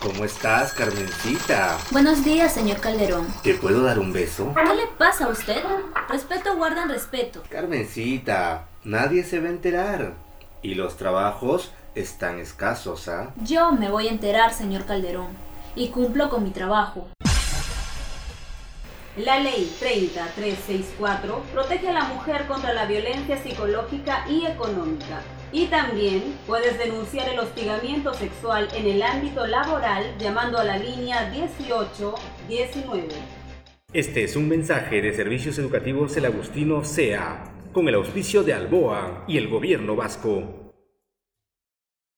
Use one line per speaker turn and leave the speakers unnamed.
¿Cómo estás, Carmencita?
Buenos días, señor Calderón.
¿Te puedo dar un beso?
¿Qué le pasa a usted? Respeto guardan respeto.
Carmencita, nadie se va a enterar. Y los trabajos están escasos, ¿ah?
Yo me voy a enterar, señor Calderón, y cumplo con mi trabajo.
La ley 30364 protege a la mujer contra la violencia psicológica y económica. Y también puedes denunciar el hostigamiento sexual en el ámbito laboral llamando a la línea 1819.
Este es un mensaje de Servicios Educativos El Agustino CEA, con el auspicio de Alboa y el Gobierno Vasco.